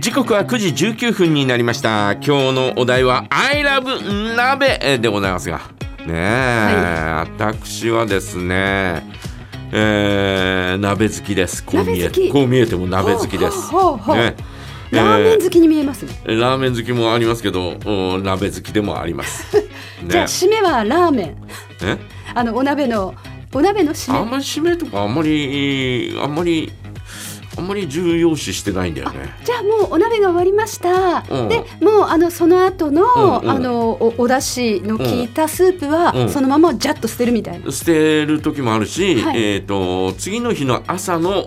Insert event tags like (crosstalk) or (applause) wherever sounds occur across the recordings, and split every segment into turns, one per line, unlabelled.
時刻は9時19分になりました今日のお題は「I love 鍋」でございますがねえ、私はですねえー、鍋好きですこう見え
鍋好き
こう見えても鍋好きです、
ほうほうほう
ねえー
ラーメン好きに見えますね。
ラーメン好きもありますけどお鍋好きでもあります、
(laughs) じゃ
ね
あ締めはラーメン。 (laughs)
え
あのお鍋のお鍋の締
あ
め。
んまり締めとかあんまりあんまりあんまり重要視してないんだよね
じゃあもうお鍋が終わりました。
うん
で、もうあのその後の、
うんうん
あのおお出汁の効いたスープは、
うん
そのままジャッと捨てるみたいな。
捨てる時もあるし、
はい
えー、と次の日の朝の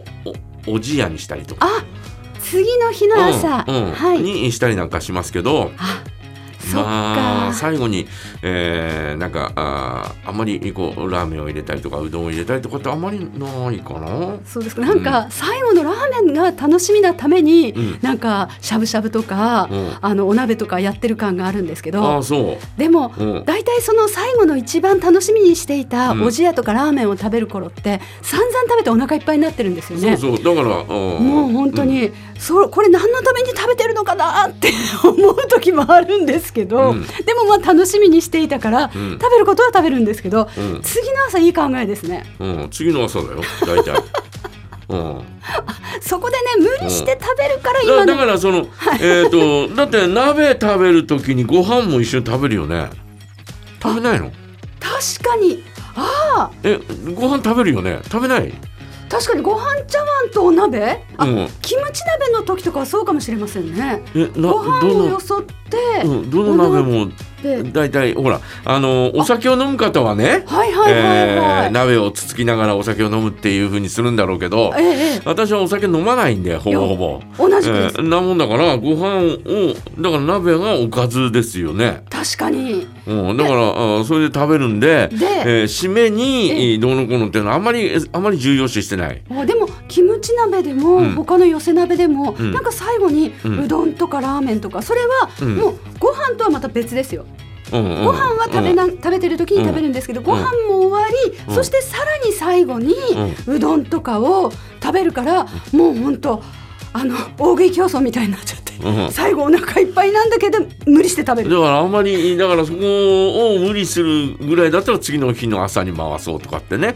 おおじやにしたりとか
あ、次の日の朝、
うんうん
はい。
にしたりなんかしますけど
あ、そっか。
まあ最後に、えーなんかあーあんまりこうラーメンを入れたりとかうどんを入れたりとかってあんまりないかな。
そうですかなんか最後のラーメンが楽しみなために、
うん
なんかしゃぶしゃぶとか、
うん
あのお鍋とかやってる感があるんですけ
あ
ど
あそう
でも、
うん
大体その最後の一番楽しみにしていた
うん
おじやとかラーメンを食べる頃って、散々食べてお腹いっぱいになってるんですよね。
そうそうだからも
もう本当に、そうこれ何のために食べてるのかなって (laughs) 思う時もあるんですけど、
うん
でもまあ楽しみにしていたから、
うん
食べることは食べるんですけど、
うん
次の朝いい考えですね
うん、うん次の朝だよ大
(laughs)
体。うん
そこでね無理して食べるから今
だ
の
だからその、えっ、と、だって鍋食べるときにご飯も一緒に食べるよね。食べないの。
確かにああ
え、ご飯食べるよね。食べない。
確かにご飯茶碗とお鍋あ、
うん
キムチ鍋の時とかはそうかもしれませんね
え、な、
ご飯を
ど
よ
の。
そって、
うん、どの鍋も
で
大体ほらあのお酒を飲む方はね、
はいはいはいはい、
えー鍋をつつきながらお酒を飲むっていう風にするんだろうけど
ええええ
私はお酒飲まないんでほぼほぼ、
同
え
じくです、
ーなもんだからご飯をだから鍋がおかずですよね
確かに
うん、だからあそれで食べるんで
で
えー締めにえーどうのこうのっていうのはあんまりえあんまり重要視してない。
あでもキムチ鍋でも、
うん
他の寄せ鍋でも、
うん
なんか最後に
うん
うどんとかラーメンとかそれは
うん
もうご飯とはまた別ですよ、
ご
ご飯は食べな、食べてる時に食べるんですけど、ご飯も終わり、
うん
そしてさらに最後にうどんとかを食べるから、もう本当あの大食い競争みたいになっちゃって、
うん
最後お腹いっぱいなんだけど無理して食べ
だ
る。
からあんまりだからそこを無理するぐらいだったら次の日の朝に回そうとかってね、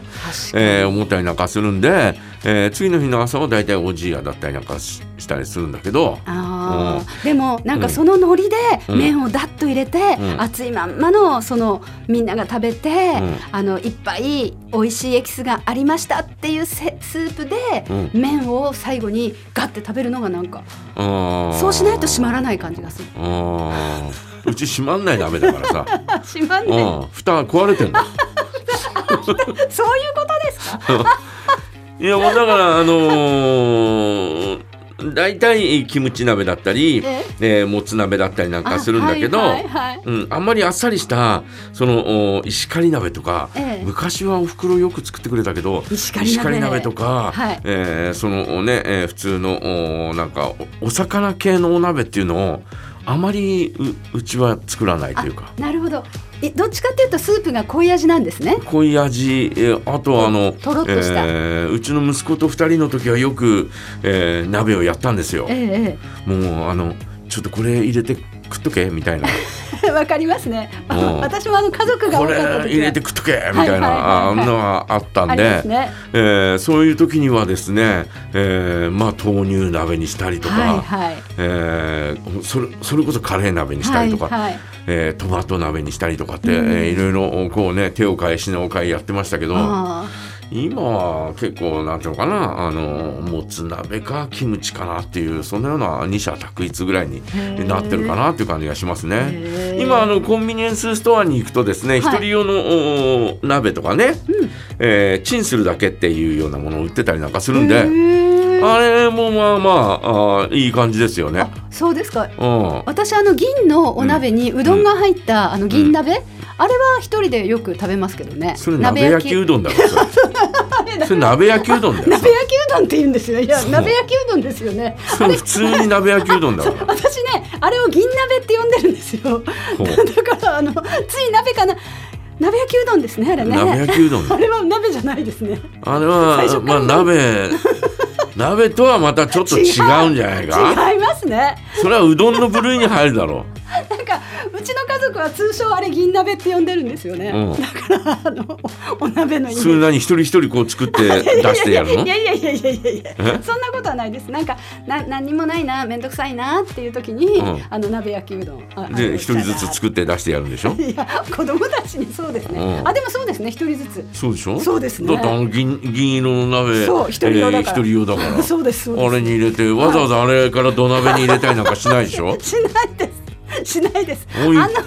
えー思ったりなんかするんで、えー次の日の朝は大体おじいやだったりなんかししたりするんだけど
あーでもなんかそのノリで
うん
麺をダッと入れて、
うん
熱いまんまのそのみんなが食べて、
うん
あのいっぱい美味しいエキスがありましたっていうせスープで、
うん
麺を最後にガッて食べるのがなんかそ
そう
しないと閉まらない感じがする。
うち閉まんないダメだからさ、
閉まん
う
ない。
ん、蓋壊れてんだ
そういうことですか。
いやもうだからあのー、大体キムチ鍋だったり、
え
えーもつ鍋だったりなんかするんだけど、
あはいはいはい
うん、あんまりあっさりしたそのお石狩鍋とか、
ええ
昔はお袋よく作ってくれたけど
石狩鍋
とか、
はい
えーそのね、えー普通のおなんかおお魚系のお鍋っていうのをあまりううちは作らないというか
なるほど。えどっちかっていうとスープが濃い味なんですね。
濃い味、えーあとはあの
とろっとした
えーうちの息子と2人の時はよく、えー鍋をやったんですよ。
ええ
もうあのちょっとこれ入れて食っとけみた
(laughs)
いな
ええわかりますね。あ
うん
私もあの家族が多
こ
かっ
れ
た時は
入れて食っとけみたいな、
はいはいはいはい
あんなのはあった
あ
ん
りま
で、
すね。
えーそういう時にはですね、えーまあ豆乳鍋にしたりとか、
はいはい。
えーそれそれこそカレー鍋にしたりとか、
はいはい
えートマト鍋にしたりとかって、えーいろいろこうね手を変え品を変えやってましたけど。
あ
今は結構なんていうのかなあのもつ鍋かキムチかなっていうそんなような二者択一ぐらいに
ー
なってるかなっていう感じがします
へ
ね。
ー
今あのコンビニエンスストアに行くとですね一、
はい
人用のお鍋とかね、えーチンするだけっていうようなものを売ってたりなんかするん
ー
で、
へー
あれもまあまああーいい感じですよね。
そうですか。
うん
私あの銀のお鍋にうどんが入った、あの銀鍋、あれは一人でよく食べますけどね。
それ鍋焼きうどんだろそれそれ鍋焼きうどんだよそ
鍋
れ
焼きうどんって言うんですよ。いや
そう
鍋焼きうどんですよね。
それ普通に鍋焼きうどんだから。
私ねあれを銀鍋って呼んでるんですよ。
ほう
だからあのつい鍋かな鍋焼きうどんですねあれね。
鍋焼きうどんだ
あれは鍋じゃないですね。
あれは
最初
ま
か
あ
ら
鍋鍋とはまたちょっと違うんじゃないか
違いますね
それはうどんの部類に入るだろ
なんかうちの家族は通称あれ銀鍋って呼んでるんですよね、
うん
だからあのおお鍋の意
う
味
それなに一人一人こう作
(laughs)
って出してやるの
いやいやいやいやいやいや
え
そんなことはないですなんかな何にもないな面倒くさいなっていう時に、
うん
あの鍋焼きうどんああの
で一人ずつ作って出してやるんでしょ
いや子供たちにそうですね、
うん
あでもそうですね一人ずつ
そうでしょ
そうですね
だってあの銀銀色の鍋
そう一人用だから
えー一人用だから
(laughs) そうですそうです
あれに入れてわざわざあれから土鍋に入れたりなんかしないでしょ
しないですしないですあ
おい
のあのま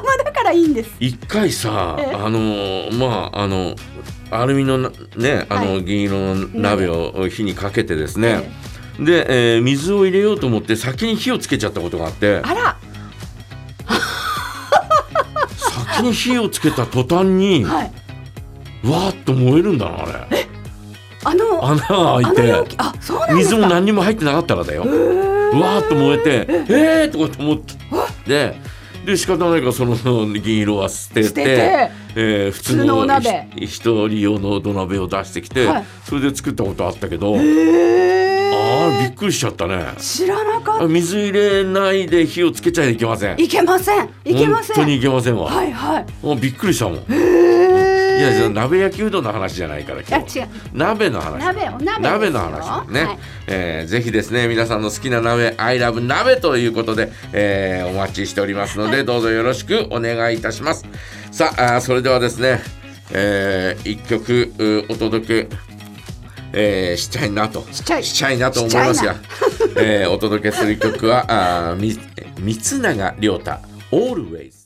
まだからいいんです
一回さ
ええ
あのーまああのアルミのなねあ
は
の
い
銀色の鍋を火にかけてですね
え、
で、えー水を入れようと思って先に火をつけちゃったことがあって
あら
先に火をつけた途端に、
はい
わーっと燃えるんだなあれ
あの
穴が開い
あの容
て
器あそうなんです
水
か
も何にも入ってなかったからだよ。わーっと燃えて「えー!」とかと思ってで仕方ないからその銀色は捨てて
捨てて
えー普通
普通のお
の
鍋
ひ一人用の土鍋を出してきて、
はい
それで作ったことあったけど、あ
へ
ーび
え
っくりしちゃったね
知らなかっ
水入れないで火をつけちゃいけません
たいけませんいけません
本当にいけませんわ、
はいはい
もうびっくりしたもんい
へ
やじゃあ
え
鍋焼きうどんの話じゃないから今日
違う
鍋の話
鍋お鍋ですよ
鍋の話だね、
はい
えーぜひですね皆さんの好きな鍋「ILOVE 鍋」ということで、えーお待ちしておりますので、どうぞよろしくお願いいたしますさああーそれではですね、え1曲うお届けえーしちゃいなと
しちゃい
なと思いますがえーお届けする曲はあーみ三永亮太「Always」